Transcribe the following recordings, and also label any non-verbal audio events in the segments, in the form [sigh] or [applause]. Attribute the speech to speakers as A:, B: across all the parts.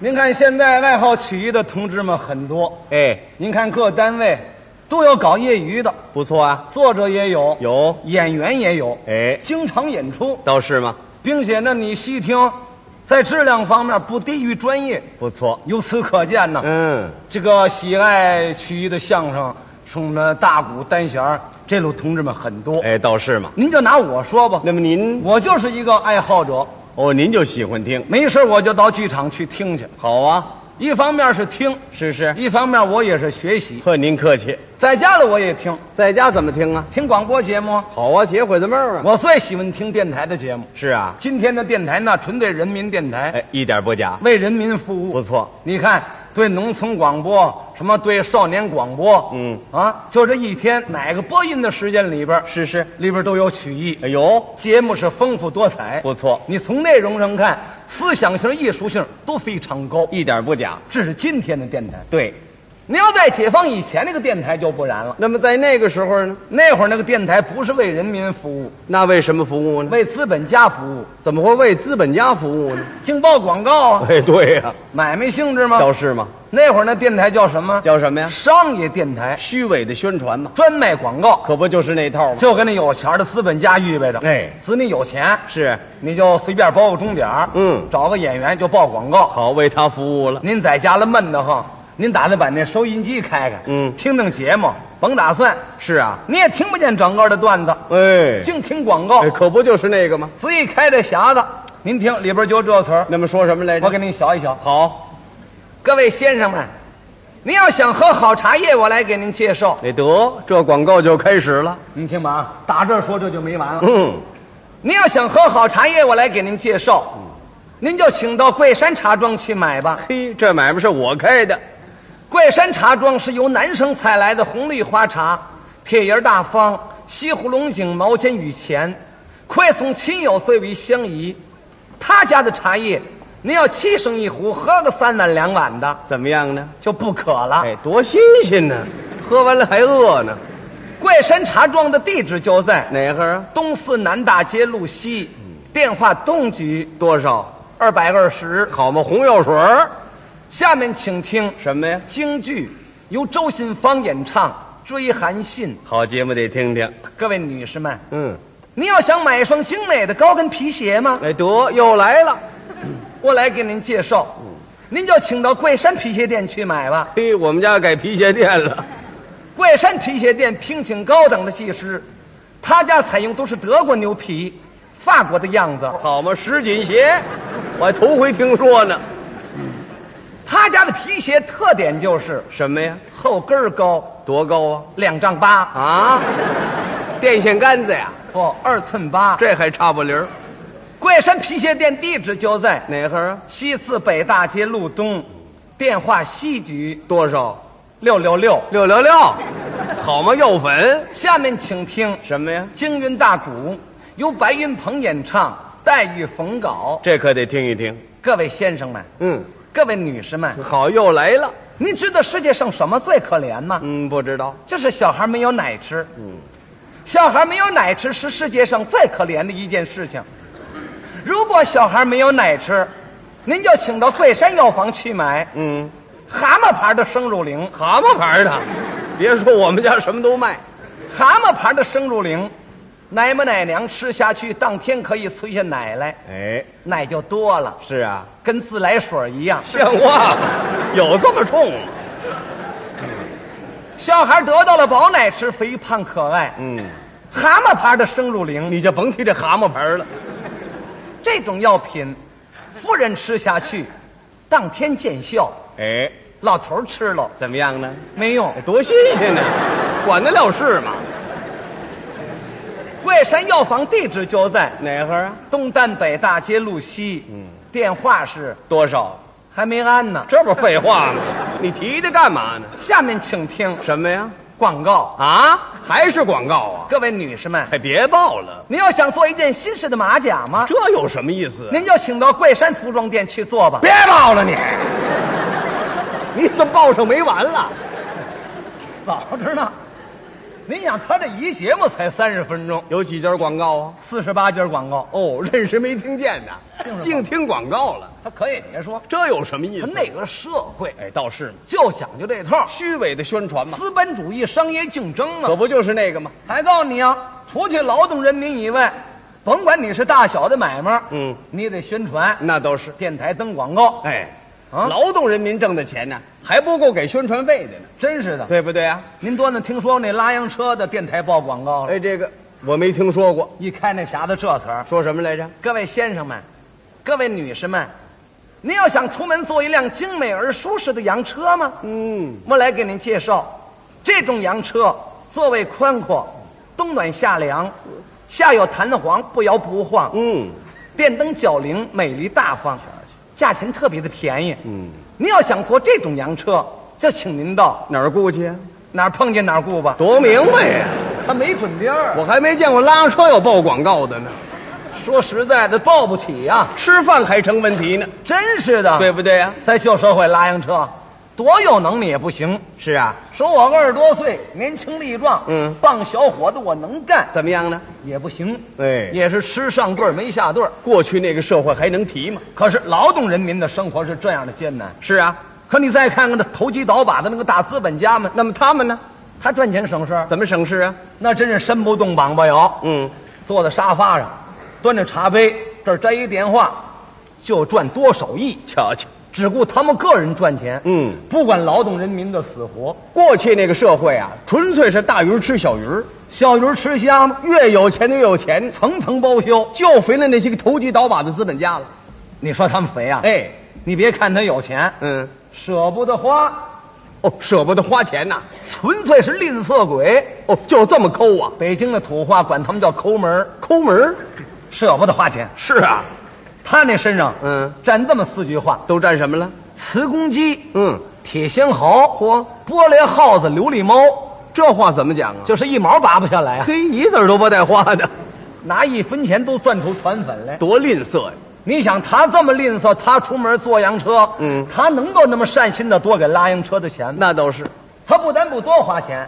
A: 您看现在爱好曲艺的同志们很多，
B: 哎，
A: 您看各单位都有搞业余的，
B: 不错啊，
A: 作者也有，
B: 有，
A: 演员也有，
B: 哎，
A: 经常演出，
B: 倒是吗？
A: 并且呢，你细听，在质量方面不低于专业。
B: 不错，
A: 由此可见呢，
B: 嗯，
A: 这个喜爱曲艺的相声，冲着大鼓、单弦儿这路同志们很多。
B: 哎，倒是嘛。
A: 您就拿我说吧，
B: 那么您
A: 我就是一个爱好者，
B: 哦，您就喜欢听，
A: 没事儿我就到剧场去听去。
B: 好啊，
A: 一方面是听，
B: 是是。
A: 一方面我也是学习，
B: 呵，您客气，
A: 在家里我也听，
B: 在家怎么听啊？
A: 听广播节目。
B: 好啊，结会子妹儿啊。
A: 我最喜欢听电台的节目，
B: 是啊，
A: 今天的电台那纯对人民电台，
B: 哎，一点不假，
A: 为人民服
B: 不
A: 务。
B: 错。
A: 你看，对农村广播，什么对少年广播，
B: 嗯
A: 啊，就这一天哪个播音的时间里边，
B: 是是，
A: 里边都有曲艺，
B: 哎呦，
A: 节目是丰富多彩。
B: 不错，
A: 你从内容上看，思想性、艺术性都非常高。
B: 一点不假。
A: 这是今天的电台。
B: 对，
A: 你要在解放以前那个电台就不然了，
B: 那么在那个时候呢，
A: 那会儿那个电台不是为人民服务，
B: 那为什么服务呢？
A: 为资本家服务，
B: 怎么会为资本家服务呢？
A: 净报广告啊，
B: 哎，对呀、
A: 买卖性质吗？
B: 倒是嘛，
A: 那会儿那电台叫什么？
B: 叫什么呀？
A: 商业电台，
B: 虚伪的宣传嘛，
A: 专卖广告，
B: 可不就是那套吗？
A: 就跟那有钱的资本家预备着。
B: 哎
A: 子你有钱，
B: 是，
A: 你就随便包个钟点儿
B: 嗯
A: 找个演员就报广告。
B: 好，为他服务了。
A: 您在家里闷得慌，您打算把那收音机开开，
B: 嗯
A: 听听节目，甭打算，
B: 是啊，
A: 你也听不见整个的段子，
B: 哎，
A: 净听广告
B: 哎。可不就是那个吗？
A: 子一开这匣子，您听里边就这词儿，
B: 那么说什么来着？
A: 我给您学一学。
B: 好，
A: 各位先生们，您要想喝好茶叶，我来给您介绍。
B: 那得这广告就开始了。
A: 您听吧啊，打这儿说这就没完了。
B: 嗯，
A: 您要想喝好茶叶，我来给您介绍，您就请到桂山茶庄去买吧。
B: 嘿，这买卖是我开的，
A: 桂山茶庄是由南生采来的红绿花茶，铁叶大方，西湖龙井毛尖雨前，快送亲友最为相宜。他家的茶叶，您要沏上一壶，喝个三碗两碗的
B: 怎么样呢？
A: 就不渴了。
B: 哎，多新鲜呢！喝完了还饿呢。
A: 桂山茶庄的地址就在
B: 哪个啊？
A: 东四南大街路西，电话东局
B: 多少？
A: 二百二十。
B: 好嘛，红药水儿
A: 下面请听
B: 什么呀？
A: 京剧，由周信芳演唱《追韩信
B: 好节目得听听。》。
A: 各位女士们，
B: 嗯，
A: 您要想买一双精美的高跟皮鞋吗？
B: 哎，得又来了。
A: 我来给您介绍，您就请到桂山皮鞋店去买吧。
B: 嘿，我们家改皮鞋店了。
A: 桂山皮鞋店聘请高档的技师，他家采用都是德国牛皮，法国的样子。
B: 好嘛，什锦鞋，我还头回听说呢。
A: 他家的皮鞋特点就是
B: 什么呀？
A: 后跟儿高，
B: 多高啊？
A: 两丈八，
B: 啊，电线杆子呀，
A: 不、二寸八。
B: 这还差不离儿。
A: 桂山皮鞋店地址就在
B: 哪个啊？
A: 西四北大街路东，电话西局
B: 多少？
A: 六六六。
B: 六六六，好嘛，药粉
A: 下面请听《
B: 什么呀？
A: 京韵大鼓》，由白云鹏演唱，黛玉逢稿。
B: 这可得听一听。
A: 各位先生们，
B: 嗯，
A: 各位女士们，
B: 好，又来了。
A: 您知道世界上什么最可怜吗？
B: 嗯，不知道。
A: 就是小孩没有奶吃。小孩没有奶吃是世界上最可怜的一件事情。如果小孩没有奶吃，您就请到桂山药房去买
B: 嗯，
A: 蛤蟆牌的生乳灵。
B: 蛤蟆牌的，别说我们家什么都卖。
A: 蛤蟆牌的生乳灵，奶母奶娘吃下去，当天可以催下奶来，
B: 哎，
A: 奶就多了，
B: 是啊，
A: 跟自来水一样。
B: 像话吗？有这么冲吗？
A: 小孩得到了饱奶吃，肥胖可爱。
B: 嗯，
A: 蛤蟆牌的生乳灵，
B: 你就甭提这蛤蟆牌了。
A: 这种药品，夫人吃下去，当天见效；
B: 哎，
A: 老头儿吃了
B: 怎么样呢？
A: 没用。
B: 多新鲜呢，管得了事吗？
A: 桂山药房地址就在
B: 哪盒啊？
A: 东单北大街路西，电话是
B: 多少？
A: 还没安呢。
B: 这不是废话吗？你提它干嘛呢？
A: 下面请听
B: 什么呀？
A: 广告，
B: 啊，还是广告啊？
A: 各位女士们。
B: 哎，别报了，
A: 您要想做一件新式的马甲吗？
B: 这有什么意思啊？
A: 您就请到桂山服装店去做 [laughs] 吧。
B: 别报 [laughs] 了你，你怎么报上没完了？
A: 早着呢，您想，他这一节目才三十分钟，
B: 有几家广告啊？
A: 四十八节广告，
B: 哦，认识没听见的，
A: 净是广告
B: 净听广告了，
A: 他可以别说，
B: 这有什么意
A: 他
B: 思？啊
A: 那个社会
B: 哎，倒是嘛
A: 就讲究这套，
B: 虚伪的宣传嘛，
A: 资本主义商业竞争
B: 可
A: 啊！
B: 不就是那个吗？
A: 还告诉你啊，除去劳动人民以外，甭管你是大小的买卖，
B: 嗯，
A: 你也得宣传，
B: 那倒是，
A: 电台登广告，
B: 哎，
A: 啊
B: 劳动人民挣的钱呢，还不够给宣传费的呢，
A: 真是的。
B: 对不对啊？
A: 您多能听说那拉洋车的电台报广告了？
B: 哎，这个我没听说过，
A: 一开那匣子这词儿，
B: 说什么来着？
A: 各位先生们，各位女士们，您要想出门坐一辆精美而舒适的洋车吗？
B: 嗯，
A: 我来给您介绍，这种洋车座位宽阔，冬暖夏凉，下有弹簧，不摇不晃，
B: 嗯，
A: 电灯脚铃，美丽大方，价钱特别的便宜。
B: 嗯，
A: 您要想坐这种洋车，就请您到
B: 哪儿雇去啊？
A: 哪儿碰见哪儿雇吧，
B: 多明白呀！
A: 他没准边儿。
B: 我还没见过拉车有报广告的呢，
A: 说实在的，报不起呀、
B: 吃饭还成问题呢，
A: 真是的。
B: 对，不对呀、
A: 在旧社会拉洋车，多有能力也不行。
B: 是啊，
A: 说我二十多岁，年轻力壮，
B: 嗯
A: 棒小伙子，我能干
B: 怎么样呢？
A: 也不行。
B: 哎
A: 也是吃上顿儿没下顿儿。
B: 过去那个社会还能提吗？
A: 可是劳动人民的生活是这样的艰难。
B: 是啊，
A: 可你再看看那投机倒把的那个大资本家们，
B: 那么他们呢？
A: 他赚钱省事儿，
B: 怎么省事啊？
A: 那真是身不动膀不摇。
B: 嗯，
A: 坐在沙发上，端着茶杯，这儿摘一电话，就赚多少亿，
B: 瞧瞧，
A: 只顾他们个人赚钱。
B: 嗯
A: 不管劳动人民的死活，
B: 过去那个社会啊，纯粹是大鱼吃小鱼儿，
A: 小鱼儿吃虾吗？
B: 越有钱的越有钱，
A: 层层包销。
B: 就肥了那些个投机倒把的资本家了。
A: 你说他们肥啊？，
B: 哎，
A: 你别看他有钱，
B: 嗯，
A: 舍不得花，
B: 哦，舍不得花钱呐、
A: 纯粹是吝啬鬼。
B: 哦，就这么抠啊，
A: 北京的土话管他们叫抠门儿
B: 抠门儿。
A: 舍不得花钱。
B: 是啊，
A: 他那身上，
B: 嗯，
A: 沾这么四句话：
B: 都占什么了？
A: 磁公鸡、
B: 嗯，
A: 铁仙毫、
B: 嚯
A: 玻璃耗子、琉璃猫，
B: 这话怎么讲啊？
A: 就是一毛拔不下
B: [laughs]
A: 来啊！
B: 嘿，一字儿都不带花的，
A: 拿一分钱都攥出团粉来。
B: 多吝啬呀、
A: 你想他这么吝啬，他出门坐洋车，
B: 嗯
A: 他能够那么善心的多给拉洋车的钱吗？
B: 那倒是，
A: 他不但不多花钱，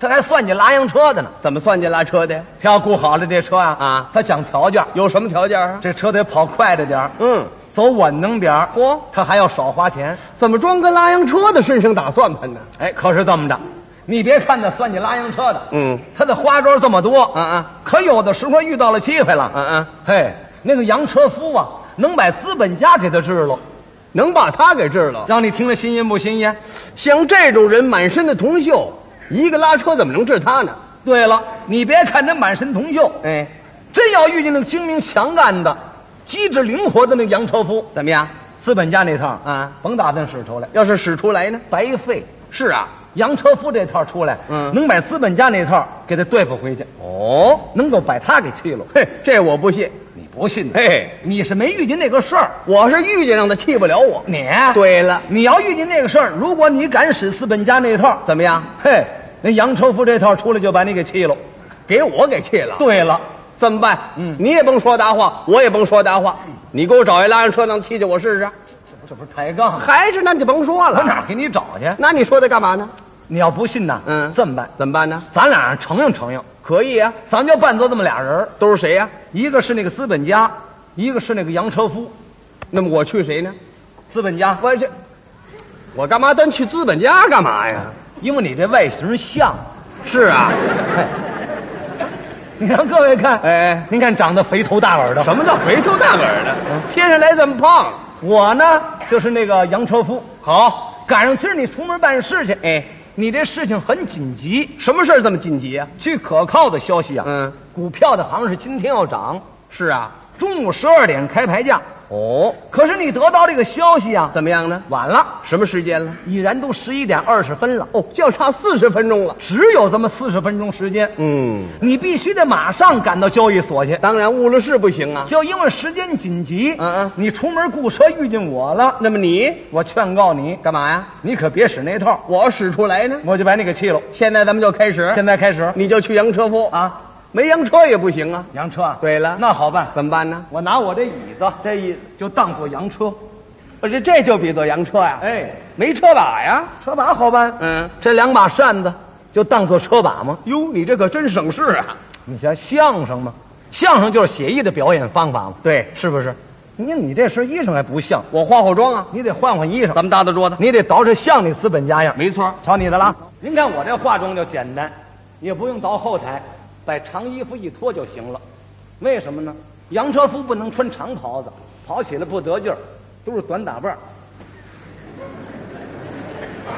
A: 他还算计拉洋车的呢。
B: 怎么算计拉车的呀？
A: 他要雇好了这车啊，
B: 啊
A: 他讲条件，
B: 有什么条件啊？
A: 这车得跑快着点儿
B: 嗯，
A: 走稳当点儿
B: 嚯
A: 他还要少花钱。
B: 怎么装跟拉洋车的身上打算盘呢？
A: 哎，可是这么着，你别看他算计拉洋车的，
B: 嗯，
A: 他的花招这么多，
B: 嗯嗯，
A: 可有的时候遇到了机会了，
B: 嗯嗯，
A: 嘿，那个洋车夫啊，能把资本家给他治了，
B: 能把他给治了？
A: 让你听着新鲜不新鲜？
B: 像这种人满身的铜锈，一个拉车怎么能治他呢？
A: 对了，你别看他满身铜锈，
B: 哎，
A: 真要遇见那个精明强干的、机智灵活的那个洋车夫，
B: 怎么样？
A: 资本家那套
B: 啊
A: 甭打算使出来，
B: 要是使出来呢？
A: 白费。
B: 是啊，
A: 洋车夫这套出来，
B: 嗯
A: 能把资本家那套给他对付回去，
B: 哦，
A: 能够把他给气了。
B: 嘿，这我不信。
A: 你不信呢？
B: 嘿，
A: 你是没遇见那个事儿。
B: 我是遇见让他气不了我。
A: 你啊
B: 对了，
A: 你要遇见那个事儿，如果你敢使资本家那套，
B: 怎么样？
A: 嘿，那杨愁夫这套出来就把你给气了。
B: 给我给气了。，
A: 对了，
B: 怎么办？
A: 嗯
B: 你也甭说大话，我也甭说大话。你给我找一拉洋车能气气我试试。
A: 这不这不是抬杠？啊
B: 还是那你就甭说
A: 我
B: 了。
A: 哪儿给你找去？
B: 那你说他干嘛呢？
A: 你要不信呐，
B: 嗯
A: 这么办，
B: 怎么办呢？
A: 咱俩承认承认，
B: 可以啊，
A: 咱就扮作这么俩人儿，
B: 都是谁呀、啊
A: 一个是那个资本家，一个是那个洋车夫。
B: 那么我去谁呢？
A: 资本家，
B: 我这，我干嘛单去资本家干嘛呀？
A: 因为你这外形像，
B: 是啊，
A: 嘿你让各位看，
B: 哎，
A: 您看长得肥头大耳的，
B: 什么叫肥头大耳
A: 嗯
B: 的？天上来这么胖？
A: 我呢就是那个洋车夫，
B: 好，
A: 赶上今儿你出门办事去，
B: 哎，
A: 你这事情很紧急。
B: 什么事儿这么紧急啊？
A: 据可靠的消息啊，
B: 嗯，
A: 股票的行市今天要涨，
B: 是啊，
A: 中午十二点开牌价。
B: 哦，
A: 可是你得到这个消息啊，
B: 怎么样呢？
A: 晚了，
B: 什么时间了？
A: 已然都十一点二十分了，
B: 哦，就差四十分钟了。
A: 只有这么四十分钟时间，
B: 嗯，
A: 你必须得马上赶到交易所去。
B: 当然误了事不行啊。
A: 就因为时间紧急，
B: 嗯嗯
A: 你出门雇车遇见我了，
B: 那么你
A: 我劝告你，
B: 干嘛呀？
A: 你可别使那套，
B: 我使出来呢。
A: 我就把你给气了。
B: 现在咱们就开始，
A: 现在开始
B: 你就去洋车夫，
A: 啊，
B: 没洋车也不行啊。
A: 洋车啊，
B: 对了
A: 那好办，
B: 怎么办呢？
A: 我拿我这椅子
B: 这一，
A: 就当做洋车，
B: 我这这就比作洋车呀、
A: 哎。
B: 没车把呀。
A: 车把好办，
B: 嗯，
A: 这两把扇子，就当做车把吗？
B: 哟，你这可真省事啊！
A: 你瞧相声嘛，相声就是写意的表演方法嘛，
B: 对
A: 是不是？你你这身衣裳还不像，
B: 我化化妆啊，
A: 你得换换衣裳，
B: 咱们搭的桌子，
A: 你得捯饬像你资本家样。
B: 没错。
A: 瞧你的了啊，您看我这化妆就简单，也不用到后台，把长衣服一脱就行了。为什么呢？洋车夫不能穿长袍子，跑起来不得劲儿，都是短打扮儿。 [laughs]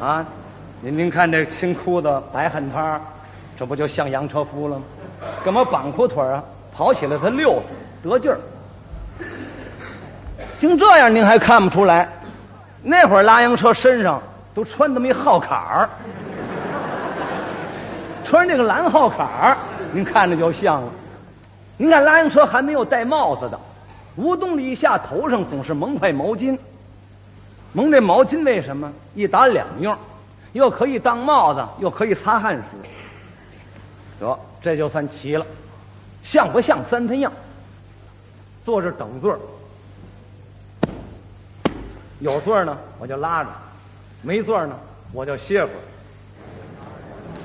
A: 啊，您您看这青裤子、白汗衫儿，这不就像洋车夫了吗？干嘛绑裤腿儿啊？跑起来他溜索，得劲儿。听这样您还看不出来，那会儿拉洋车身上都穿这么一号坎儿，穿这个蓝号坎儿，您看着就像了。您看拉洋车还没有戴帽子的，吴东礼一下头上总是蒙块毛巾，蒙这毛巾为什么？一打两用，又可以当帽子，又可以擦汗水。得，这就算齐了，像不像三分样？坐这等座儿有座儿呢我就拉着，没座儿呢我就歇会儿。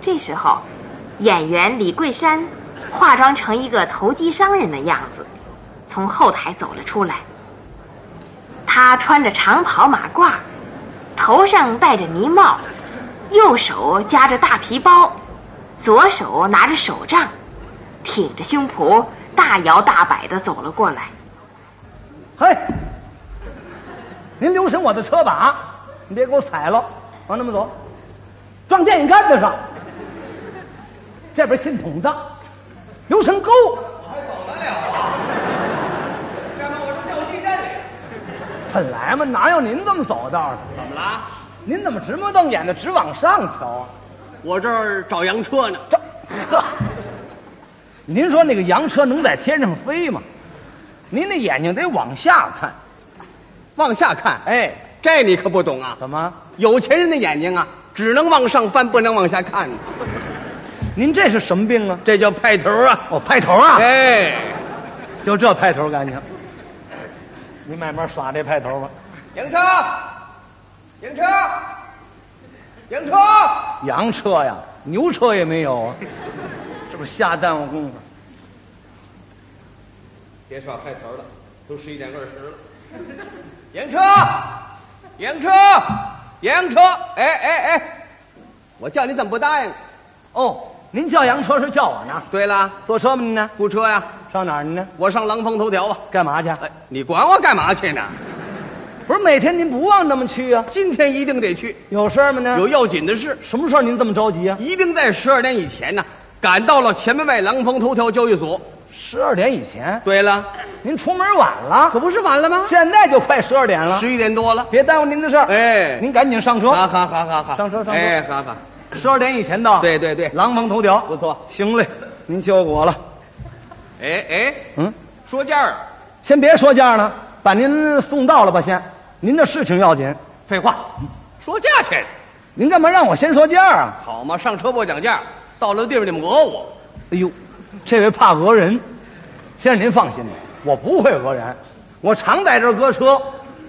C: 这时候，演员李桂山化妆成一个投机商人的样子，从后台走了出来。他穿着长袍马褂，头上戴着呢帽，右手夹着大皮包，左手拿着手杖，挺着胸脯大摇大摆地走了过来。
A: 嘿，您留神我的车把，你别给我踩了，往那么走，撞电线杆子上，这边信筒子，留神沟。我还走得了？干嘛我这掉地震里？本来嘛，哪有您这么走道的？
B: 怎么啦？
A: 您怎么直目瞪眼的直往上瞧啊？
B: 我这儿找洋车呢。
A: 这，呵， [laughs] 您说那个洋车能在天上飞吗？您那眼睛得往下看。
B: 往下看，
A: 哎，
B: 这你可不懂啊！
A: 怎么？
B: 有钱人的眼睛啊，只能往上翻，不能往下看，
A: 您这是什么病啊？
B: 这叫派头啊！
A: 我、派头啊！
B: 哎，
A: 就这派头干净。您慢慢耍这派头吧。
B: 洋车，洋车，洋车，
A: 洋车呀，牛车也没有啊，这不是瞎耽误工夫。
B: 别耍派头了，都十一点二十了。洋车，洋车，洋车！哎哎哎，我叫你怎么不答应？
A: 哦，您叫洋车是叫我呢？
B: 对了，
A: 坐车吗？您呢？
B: 雇车呀、
A: 上哪儿您呢？
B: 我上廊坊头条啊！
A: 干嘛去？
B: 哎，你管我干嘛去呢？
A: 不是每天您不往那么去啊？
B: 今天一定得去，
A: 有事儿吗？呢？
B: 有要紧的事。
A: 什么事儿您这么着急啊？
B: 一定在十二点以前呢，赶到了前门外廊坊头条交易所。
A: 十二点以前，
B: 对了，
A: 您出门晚了，
B: 可不是晚了吗？
A: 现在就快十二点了，
B: 啊十一点多了。
A: 别耽误您的事儿。
B: 哎
A: 您赶紧上车。
B: 好好好好好，
A: 上车上车
B: 哎，好好，
A: 十二点以前到。
B: 对对对
A: 廊坊头条
B: 不错。
A: 行嘞，您教我了。
B: 哎哎，
A: 嗯，
B: 说价儿，啊
A: 先别说价了，把您送到了吧先。您的事情要紧，
B: 废话，说价钱，
A: 您干嘛让我先说价啊？
B: 好嘛，上车不讲价，到了地方你们讹我。
A: 哎呦，这位怕讹人，先生您放心吧，我不会讹人，我常在这儿搁车，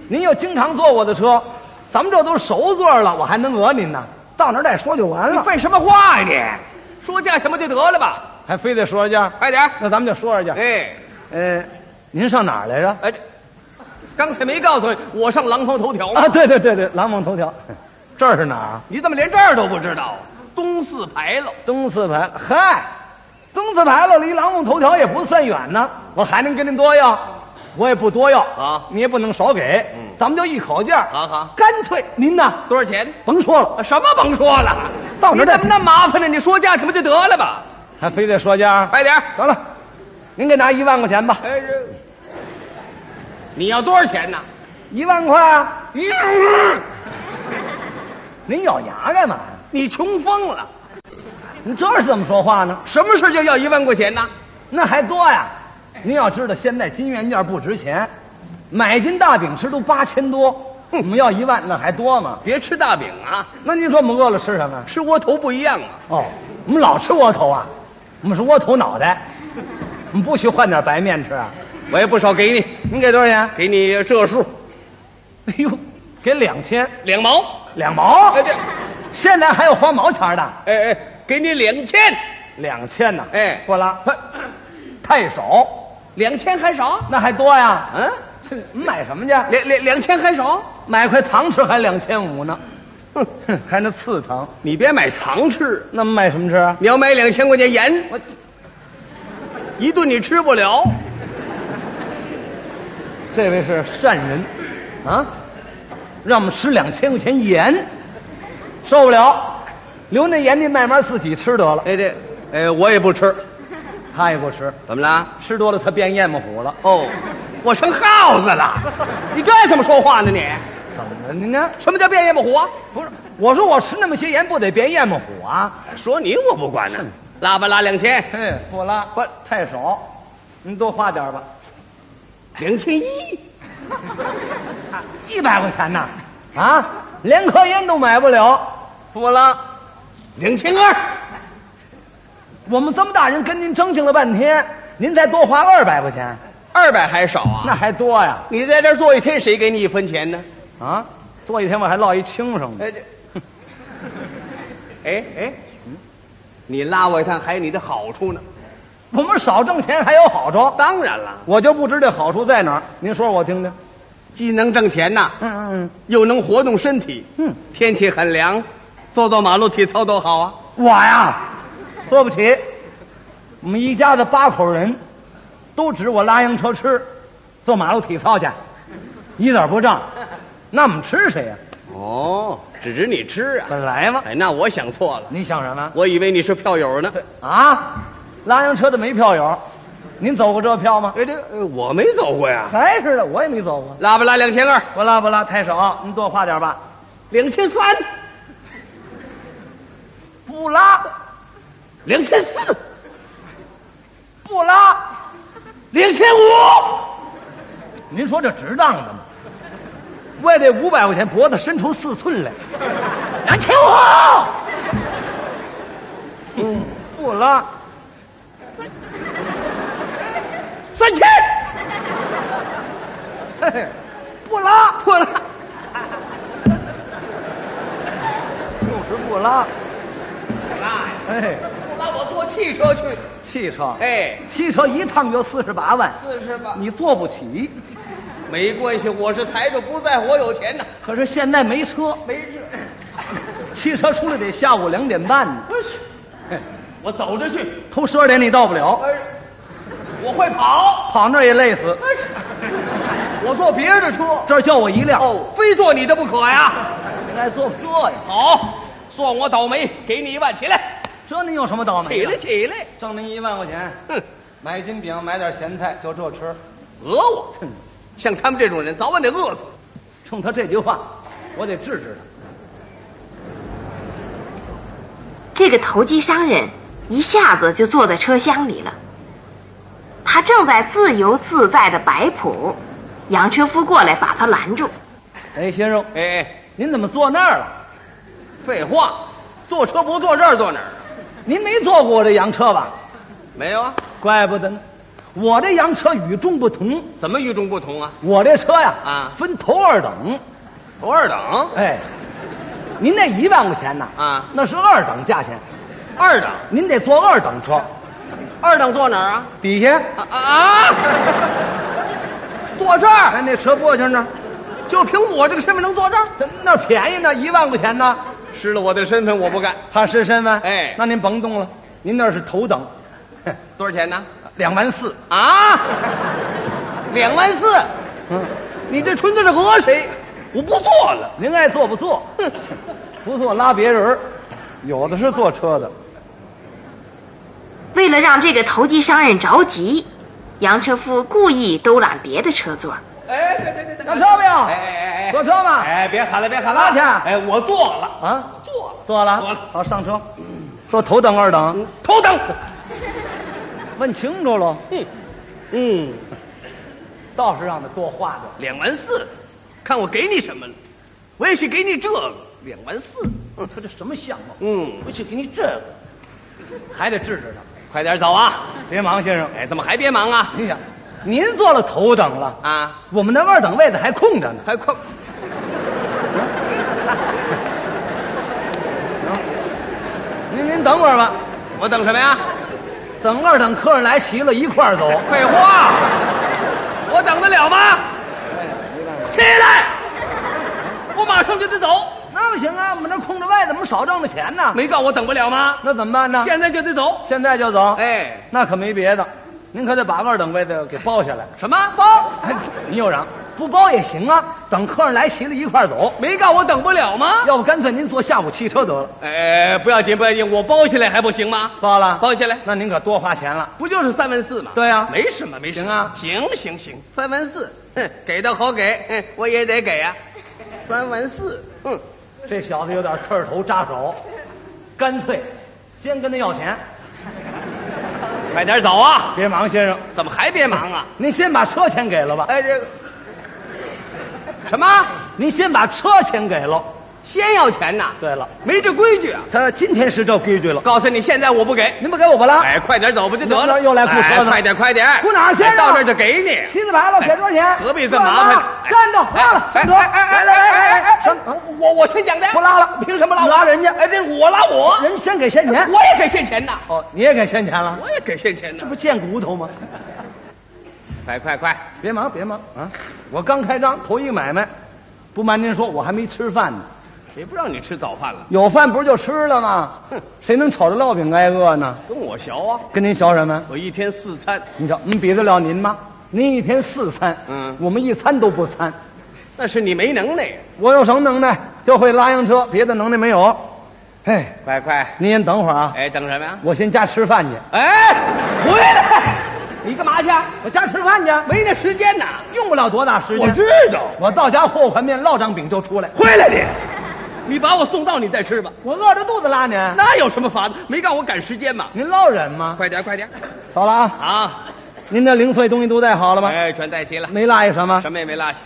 A: 您又经常坐我的车，咱们这都熟座了，我还能讹您呢？到那儿再说就完
B: 你
A: 了，
B: 废什么话呀你？说价钱不就得了吧？
A: 还非得说价？
B: 快点儿，
A: 那咱们就说说价。
B: 哎
A: 呃，您上哪儿来着？
B: 哎，这刚才没告诉你，我上廊坊头条吗
A: 啊，对对对对，廊坊头
B: [laughs]
A: 条，这儿是哪儿啊？
B: 你怎么连这儿都不知道？东四牌楼。
A: 东四牌，嗨，东四牌楼离廊坊头条也不算远呢，我还能跟您多要？我也不多要
B: 啊
A: 你也不能少给，咱们就一口价，
B: 嗯好好哎
A: 干脆您呐，
B: 多少钱？
A: 甭说了，
B: 什么甭说了，
A: 到
B: 你
A: 那儿再
B: 怎么那么麻烦呢？你说价钱不就得了吧？
A: 还非得说价，
B: 快点儿！
A: 得了，您给拿一万块钱吧，
B: 哎，这你要多少钱呢？
A: 一万块啊，
B: 你
A: 您咬牙干嘛呀？
B: 你穷疯了，
A: 您这是怎么说话呢？
B: 什么事就要一万块钱呢？
A: 那还多呀！
B: 哎
A: 您要知道，现在金元件不值钱，买斤大饼吃都八千多，我们要一万那还多吗？
B: 别吃大饼啊，
A: 那您说我们饿了吃什么？
B: 吃窝头不一样啊。
A: 哦，我们老吃窝头啊，我们是窝头脑袋，我们不许换点白面吃啊。
B: 我也不少给你，
A: 您给多少钱？
B: 给你这数，
A: 哎呦，给两千
B: 两毛。
A: 两毛。
B: 哎这，
A: 现在还有花毛钱的，
B: 哎哎，给你两千，
A: 两千呢？
B: 哎
A: 不拉，哼太少，
B: 两千还少？
A: 那还多呀。
B: 嗯，
A: 买什么去？
B: 两两两千还少？
A: 买块糖吃还两千五呢，哼，哼，还那刺糖，
B: 你别买糖吃，
A: 那买什么吃啊？
B: 你要买两千块钱盐，
A: 我
B: 一顿你吃不了。
A: 这位是善人，啊，让我们吃两千块钱盐，受不了，留那盐你慢慢自己吃得了。
B: 哎这，哎我也不吃，
A: 他也不吃，
B: 怎么了？
A: 吃多了他变咽不虎了，
B: 哦，我成耗子了。你这怎么说话呢你？
A: 怎么的呢？
B: 什么叫变夜不虎啊？
A: 不是，我说我吃那么些盐不得变咽不虎啊？
B: 说你我不管呢。拉吧拉两千，
A: 嘿，不拉不太少，您多花点吧，
B: 两千一，
A: 一百块钱呐，啊，连颗烟都买不了，不拉。
B: 两千二，
A: 我们这么大人跟您争竞了半天，您才多花二百块钱，
B: 二百还少啊？
A: 那还多呀？
B: 你在这儿坐一天，谁给你一分钱呢？
A: 啊，坐一天我还落一轻生呢。
B: 哎这，哎哎，你拉我一趟还有你的好处呢。
A: 我们少挣钱还有好处，
B: 当然了，
A: 我就不知这好处在哪儿。您说我听听。
B: 既能挣钱呐，
A: 嗯嗯
B: 又能活动身体。
A: 嗯，
B: 天气很凉，坐坐马路体操多好啊！
A: 嗯，我呀，对不起，我们一家子八口人，都指我拉洋车吃，坐马路体操去，一点不挣。那我们吃谁呀、
B: 哦，指着你吃啊！
A: 本来嘛，
B: 哎，那我想错了，
A: 你想什么
B: 我以为你是票友呢。
A: 啊？拉洋车的没票友，您走过这票吗？
B: 哎，这呃我没走过呀。
A: 还是的，我也没走过。
B: 拉不拉两千二？
A: 不拉不拉，太少，您多花点吧。
B: 两千三，
A: 不拉
B: 两千四，
A: 不拉。
B: 两千五，
A: 您说这值当的吗？为这五百块钱，脖子伸出四寸来，
B: 两千五，
A: 嗯不拉， [laughs]
B: 三千，
A: 嘿嘿不拉，不拉，就是不拉。
B: 拉呀！
A: 哎，
B: 不拉我坐汽车去。
A: 汽车，
B: 哎，
A: 汽车一趟就四十八万，
B: 四十吧，
A: 你坐不起。
B: 没关系，我是财主，不在乎我有钱呐。
A: 可是现在没车，
B: 没事，
A: [laughs] 汽车出来得下午两点半呢，
B: 不是，我走着去。
A: 头十二点你到不了，
B: 哎，我会跑，
A: 跑那儿也累死。
B: 我坐别人的车。
A: 这儿叫我一辆，
B: 哦，非坐你的不可呀！
A: 你爱坐不坐呀？
B: 好，算我倒霉，给你一万，起来，
A: 这您有什么倒霉？
B: 起来，，起来！
A: 挣您一万块钱，
B: 哼，
A: 买斤饼，买点咸菜，就这吃。
B: 讹我！
A: 哼，
B: 像他们这种人，早晚得饿死。
A: 冲他这句话，我得治治他。
C: 这个投机商人一下子就坐在车厢里了。他正在自由自在的摆谱，洋车夫过来把他拦住。
A: 哎，先生，
B: 哎哎，
A: 您怎么坐那儿了？
B: 废话，坐车不坐这儿，坐哪儿啊？
A: 您没坐过我这洋车吧？
B: 没有啊？
A: 怪不得呢，我这洋车与众不同。
B: 怎么与众不同啊？
A: 我这车呀，
B: 啊
A: 分头二等。
B: 头哦二等，
A: 哎，您那一万块钱呐，
B: 啊
A: 那是二等价钱，
B: 二等，
A: 您得坐二等车，
B: 二等坐哪儿啊？
A: 底下
B: 啊啊！坐这儿，
A: 哎，那车过去呢，
B: 就凭我这个身份能坐这儿？
A: 怎么那儿便宜呢？一万块钱呢？
B: 失了我的身份，我不干。
A: 怕失身份？
B: 哎
A: 那您甭动了，您那是头等，哼
B: 多少钱呢？
A: 两万四。
B: 啊，两万四，
A: 嗯，
B: 你这纯粹是讹谁？我不坐了。
A: 您爱坐不坐？
B: 哼，
A: 不坐拉别人儿，有的是坐车的。
C: 为了让这个投机商人着急，洋车夫故意兜揽别的车座。
B: 哎，对对对对，
A: 上车没有
B: 哎哎哎哎，
A: 坐车吗
B: 哎，别喊了，别喊了，
A: 拉去
B: 哎，我坐了，
A: 啊，
B: 坐了，
A: 坐了，
B: 坐了，嗯
A: 好，上车，坐头等二等，
B: 头等。
A: 问清楚喽。
B: 嗯，
A: 倒是让他多花点。
B: 两万四，看我给你什么了？我也许给你这个两万四。
A: 嗯，他这什么相貌？
B: 嗯，
A: 回去给你这个，还得治治他。
B: 快点走啊！
A: 别忙，先生。
B: 哎，怎么还别忙啊？
A: 您想，您坐了头等了，
B: 啊，
A: 我们那二等位子还空着呢。
B: 还快，
A: 您等会儿吧，
B: 我等什么呀？
A: 等二等客人来齐了，一块儿走。
B: 废话，我等得了吗？起来，我马上就得走。
A: 那不行啊，我们这空着位，怎么少挣着钱呢？
B: 没告我等不了吗？
A: 那怎么办呢？
B: 现在就得走。
A: 现在就走。
B: 哎，
A: 那可没别的，您可得把二等位的给包下来。
B: 什么包？
A: 哎，您又嚷，不包也行啊，等客人来齐了，一块儿走。
B: 没告我等不了吗？
A: 要不干脆您坐下午汽车得了。
B: 哎，不要紧，不要紧，我包下来还不行吗？
A: 包了，
B: 包下来，
A: 那您可多花钱了。
B: 不就是三万四吗？
A: 对呀
B: 没什么，没什么。
A: 行啊
B: 行行行，三万四，哼，给的好给，哼，我也得给呀、三万四，哼，
A: 这小子有点刺儿头扎
B: [laughs]
A: 手，干脆先跟他要钱。
B: 快点走啊！
A: 别忙，先生，
B: 怎么还别忙啊？
A: 您先把车钱给了吧。
B: 哎，这个什么？
A: 您先把车钱给了。
B: 先要钱呐？
A: 对了，
B: 没这规矩啊！
A: 他今天是这规矩了。
B: 告诉你，现在我不给。
A: 您不给我不拉，
B: 哎，快点走不就得
A: 又
B: 了？
A: 又来雇车
B: 哎
A: 呢
B: 快点，快点！
A: 雇哪儿先
B: 哎到
A: 生
B: 这儿就给你。哎
A: 七字牌了，给多少钱？
B: 何必这么麻烦
A: 干嘛站着，拉了，
B: 哎
A: 上车。
B: 哎哎
A: 来
B: 哎
A: 来
B: 哎
A: 来
B: 哎
A: 哎，
B: 哎
A: 上！
B: 我我先讲的，
A: 不拉了，
B: 凭什么拉我
A: 拉人家
B: 哎，这我拉我，
A: 人先给现钱。
B: 我也给现钱呐，
A: 哦，你也给现钱了？
B: 我也给现钱
A: 这
B: 呐。
A: 不贱骨头吗？
B: 快快快，
A: 别忙，别忙啊！我刚开张，头一个买卖。不瞒您说，我还没吃饭呢。
B: 谁不让你吃早饭了？
A: 有饭不是就吃了吗？谁能瞅着烙饼挨饿呢？
B: 跟我学啊！
A: 跟您学什么？
B: 我一天四餐，
A: 你瞧，您比得了您吗？您一天四餐，
B: 嗯
A: 我们一餐都不餐。
B: 那是你没能耐呀。
A: 我有什么能耐？就会拉洋车，别的能耐没有。哎，
B: 快快，
A: 您先等会儿啊，
B: 哎，等什么呀？
A: 我先家吃饭去。
B: 哎，回来！你干嘛去？
A: 啊我家吃饭去，
B: 没那时间呐。
A: 用不了多大时间。
B: 我知道，
A: 我到家和碗面，烙张饼就出来。
B: 回来你，你把我送到你再吃吧。
A: 我饿着肚子拉您，
B: 那有什么法子？没告我赶时间嘛。
A: 您落忍吗？
B: 快点，快点
A: 走了啊！
B: 啊！
A: 您的零碎东西都带好了吗？
B: 哎，全带齐了，
A: 没落下什么？
B: 什么也没落下。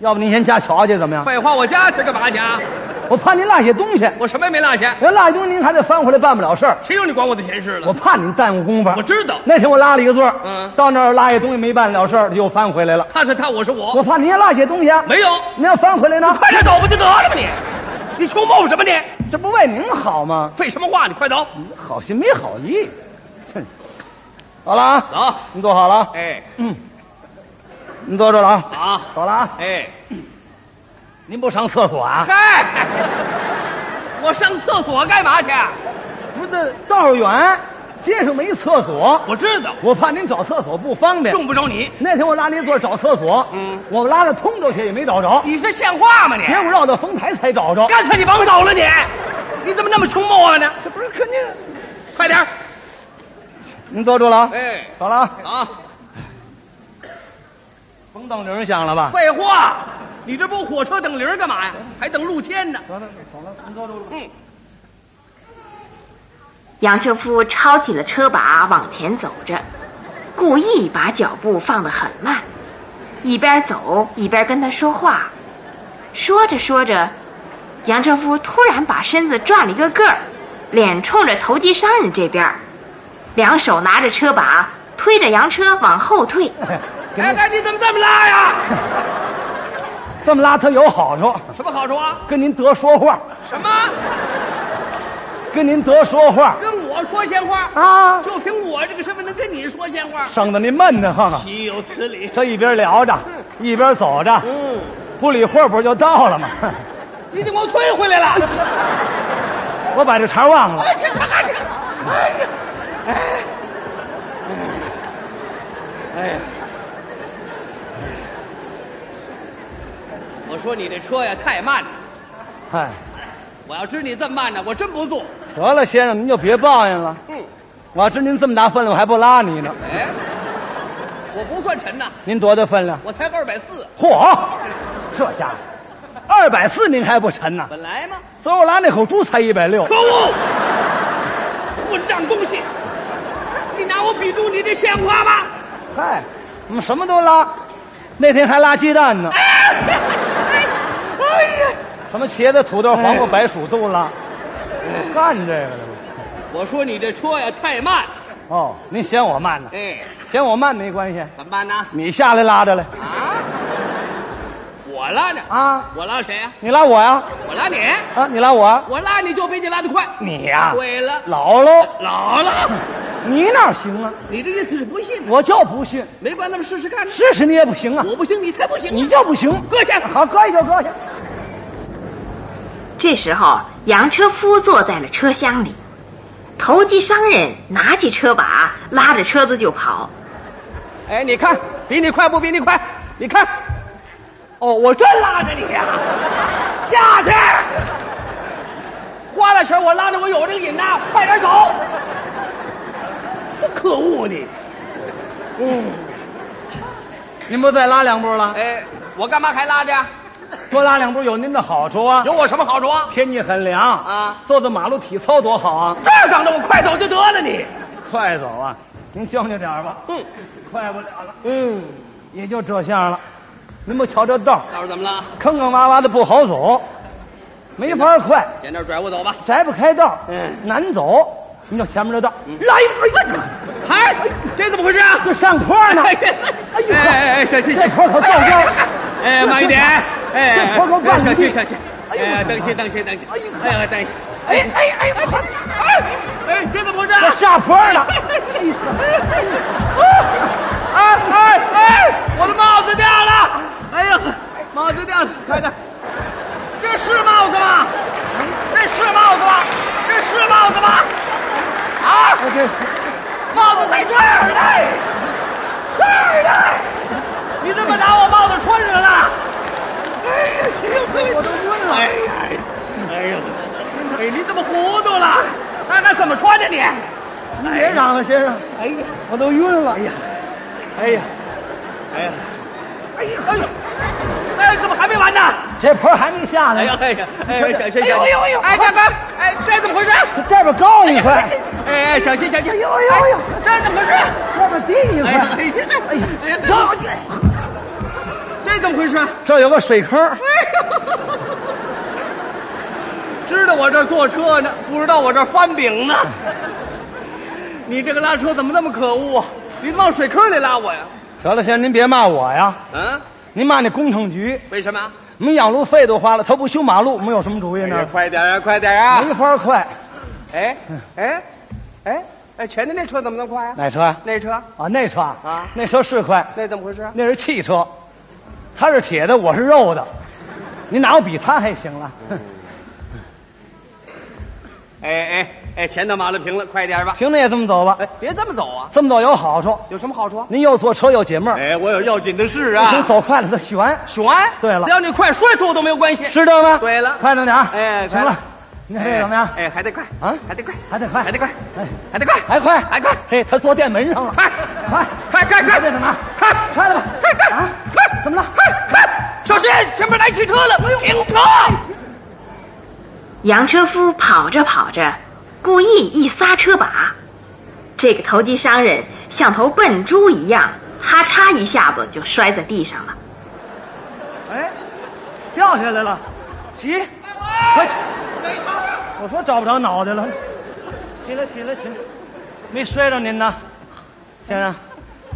A: 要不您先家瞧去怎么样？
B: 废话，我家去干嘛去啊？
A: 我怕您落下东西。
B: 我什么也没落下，
A: 人落下东西您还得翻回来，办不了事儿。
B: 谁有你管我的闲事了？
A: 我怕您耽误工夫。
B: 我知道
A: 那天我拉了一个座儿，
B: 嗯
A: 到那儿拉下东西没办了事儿，又翻回来了。
B: 他是他，我是我，
A: 我怕您也落下东西啊。
B: 没有，
A: 您要翻回来呢？
B: 快点走不就得了吗你？你穷冒什么你？
A: 这不为您好吗？
B: 废什么话？你快走，
A: 好心没好意。哼，好了啊，
B: 走。
A: 您坐好了啊，
B: 哎，
A: 您坐这儿了啊，
B: 啊，
A: 走了啊。
B: 哎，
A: 您不上厕所啊？
B: 嗨，我上厕所干嘛去？啊
A: 不是，道儿远，街上没厕所，
B: 我知道，
A: 我怕您找厕所不方便。
B: 用不着你，
A: 那天我拉您座儿找厕所，
B: 嗯，
A: 我拉的通州去也没找着，
B: 你是像话吗你
A: 结？果绕到丰台才找着。
B: 干脆你甭走了你，你怎么那么穷冒啊你？
A: 这不是肯定？
B: 快点，
A: 您坐住了啊，
B: 哎，
A: 走了啊，
B: 啊，
A: 甭等铃儿响了吧？
B: 废话，你这不火车等铃儿干嘛呀？还等路签呢。
A: 得了，走了，您坐住了。
B: 嗯，
C: 杨车夫抄起了车把往前走着，故意把脚步放得很慢，一边走一边跟他说话。说着说着，杨车夫突然把身子转了一个个儿，脸冲着投机商人这边儿，两手拿着车把推着洋车往后退。
A: 给
B: [laughs] 哎
A: 您
B: 哎，你怎么这么拉 [laughs] 呀？
A: 这么拉他有好处，
B: 什么好处啊？
A: 跟您得说话，
B: 什么？
A: 跟您得说话
B: 跟我说闲话？
A: 啊，
B: 就凭我这个身份能跟你说闲话？
A: 省得您闷得慌啊。
B: 岂有此理！
A: 这一边聊着，一边走着，
B: 嗯，
A: 不理会儿不就到了吗？ [laughs]
B: 你得给我推回来了！
A: 我把这茬忘了。
B: 哎，这这这，哎呀，哎，哎呀，我说你这车呀太慢了，
A: 哎，
B: 我要知你这么慢呢，我真不坐。
A: 得了，先生您就别抱怨了。
B: 嗯，
A: 我要知您这么大分量，我还不拉你呢。
B: 哎，我不算沉呐，
A: 您多大分量？
B: 我才二百四，
A: 嚯，这家伙，二百四您还不沉呐？
B: 本来嘛。
A: 昨儿我拉那口猪才一百六
B: 可。恶！混账东西！你拿我比猪，你这像话吗？
A: 嗨，我们什么都拉，那天还拉鸡蛋呢，
B: [laughs] 哎呀！
A: 什么茄子、土豆、黄瓜、白薯都拉，干这个的吗？
B: 我说你这车呀太慢，
A: 哦，您嫌我慢呢？
B: 哎，
A: 嫌我慢没关系，
B: 怎么办呢？
A: 你下来拉着来。
B: 啊！我我拉呢
A: 啊
B: 我拉谁呀、
A: 你拉我呀？
B: 我拉你，
A: 啊，你拉我啊？
B: 我拉你就比你拉得快。
A: 你呀、
B: 对了，
A: 老喽，
B: 老了，
A: 你哪行啊？
B: 你这意思是不信？
A: 我就不信，
B: 没关，咱们试试看。
A: 试试你也不行啊！
B: 我不行，你才不行呢。
A: 你就不行，
B: 搁下
A: 好，搁一下，搁一下。
C: 这时候，洋车夫坐在了车厢里，投机商人拿起车把，拉着车子就跑。
B: 哎，你看，比你快不比你快？你看，哦，我真拉着你呀、下去！花了钱我拉着我有这个瘾呐、快点走！可恶你！
A: 您不再拉两步了？
B: 哎，我干嘛还拉着呀？
A: 多拉两步有您的好处啊。
B: 有我什么好处啊？
A: 天气很凉
B: 啊，
A: 坐在马路体操多好啊！
B: 这儿等着我快走就得了你。
A: 快走啊，您将就点儿吧，
B: 嗯
A: 快不了了，
B: 嗯，
A: 也就这样了。您不瞧这道儿，
B: 到时候怎么了？
A: 坑坑洼洼的不好走，没法快，
B: 捡点拽我走吧。
A: 摘不开道，
B: 嗯，
A: 难走。您就前面这道，
B: 来，哎呦，嗨，这怎么回事啊？
A: 这上坡
B: [laughs]
A: 呢。
B: 哎呀
A: 哎呦，
B: 哎哎，小心，
A: 这坡可撞
B: 哎
A: 掉
B: [laughs] 哎哎，慢一点，哎，
A: 这坡可半
B: 小心
A: 地
B: 小心，哎呀，等些等些等些，哎呀，等些，
A: 哎哎哎哎，
B: 哎哎，这怎么回事？
A: 这下坡呢。
B: 哎
A: 啊
B: 哎哎，我的帽子掉了！哎呀，帽子掉了，快点！这是帽子吗？这是帽子吗？这是帽子吗？啊！
A: 哎
B: 帽子在这儿呢，这儿呢！你怎么拿我帽子穿上了？哎呀，行行，我都晕了！哎呀，哎呀，哎，你怎么糊涂了？那还怎么穿着你？
A: 您别嚷了，先生，
B: 哎呀！
A: 我都晕了。哎呀，
B: 哎呀，哎呀，哎呀，哎呀，哎，怎么还没完呢？
A: 这坡还没下呢。
B: 哎呀，哎呀，哎呀，小心，
A: 哎呦哎呦哎呦
B: 哎，大哥，哎，这怎么回事？
A: 这边高一块，
B: 哎哎，小心，小心！哎呦
A: 哎呦哎呦
B: 这怎么回事？
A: 这边低一
B: 哎呀，哎
A: 块。
B: 呀，哎呀，哎呀，这怎么回事？
A: 这有个水坑，
B: 知道我这儿坐车呢，不知道我这儿翻饼呢。你这个拉车怎么那么可恶啊？你往水坑里拉我呀？
A: 得了，先生您别骂我呀，
B: 嗯？
A: 您骂那工程局，
B: 为什么？
A: 我们养路费都花了，他不修马路，我们有什么主意呢？
B: 快点啊，快点啊！
A: 没法快，
B: 哎哎哎哎，前头那车怎么那么快啊？
A: 哪车啊？
B: 那车
A: 啊，那车
B: 啊
A: 那车是快，
B: 那怎么回事啊？
A: 那是汽车，他是铁的，我是肉的，你哪有比他还行啊
B: [laughs]
A: 了？
B: 哎哎哎，前头马路平了，快点吧！
A: 凭着也这么走吧
B: 哎，，别这么走啊，
A: 这么走有好处，
B: 有什么好处啊？
A: 您又坐车又解闷儿，
B: 哎，我有要紧的事
A: 您
B: 啊！
A: 走快了它悬，
B: 悬。
A: 对了
B: 只要你快摔死我都没有关系。
A: 是这吗？
B: 对了
A: 快弄点儿
B: 哎
A: 行
B: 快
A: 了
B: 了，
A: 您这怎么样？
B: 哎，还得快
A: 啊
B: 还得快，
A: 还得快
B: 还得快，
A: 哎
B: 还得快，
A: 还快，哎
B: 还快，
A: 嘿，他坐电门上了，
B: 快
A: 快，
B: 快快快，
A: 这怎么？
B: 快
A: 快了吧？
B: 快快
A: 啊，
B: 快！
A: 怎么了？
B: 快快！哎小心，前面来汽车了，停车！
C: 洋车夫跑着跑着，故意一撒车把，这个投机商人像头笨猪一样，哈嚓一下子就摔在地上了。
A: 哎，掉下来了，起，快起！我说找不着脑袋了，起来起来起来，没摔着您呢，先生，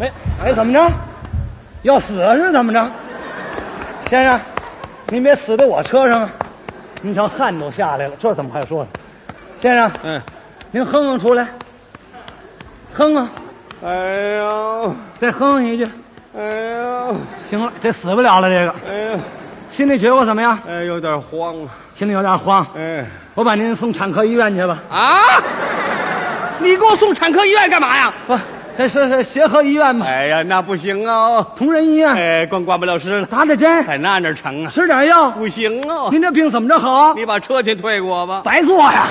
A: 没哎怎么着？要死啊是怎么着？先生，您别死在我车上啊！您瞧汗都下来了，这怎么还说呢？先生，
B: 嗯，
A: 您哼哼出来，哼啊，
B: 哎呦，
A: 再哼哼一句，
B: 哎呦，
A: 行了，这死不了了，这个
B: 哎呦，
A: 心里觉悟怎么样？
B: 哎，有点慌啊，
A: 心里有点慌。
B: 哎。
A: 我把您送产科医院去吧。
B: 啊！你给我送产科医院干嘛呀？
A: 不，这啊哎是是协和医院吧？
B: 哎呀，那不行哦，
A: 同仁医院
B: 哎，光挂不了失了，
A: 打打针，
B: 在那哪成啊？
A: 吃点药。
B: 不行哦，
A: 您这病怎么着好？
B: 你把车钱退给我吧。
A: 白做呀！